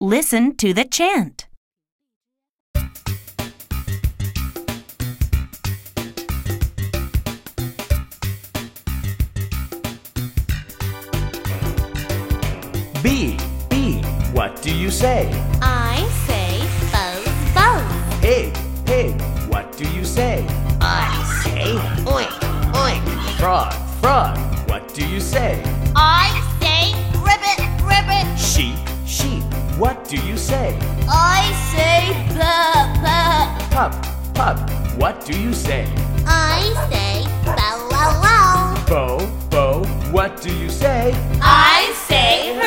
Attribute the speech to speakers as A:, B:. A: Listen to the chant.
B: B. B. What do you say?
C: I say both, both.
B: Pig. Pig. What do you say?
C: I say oink, oink.
B: Frog. Frog. What do you say?
C: I say ribbit, ribbit.
B: Sheep. Sheep. What do you say?
C: I say purr, purr.
B: Pup. Pup. What do you say?
C: I say bow, wow, wow.
B: Bo. Bo. What do you say?
C: I say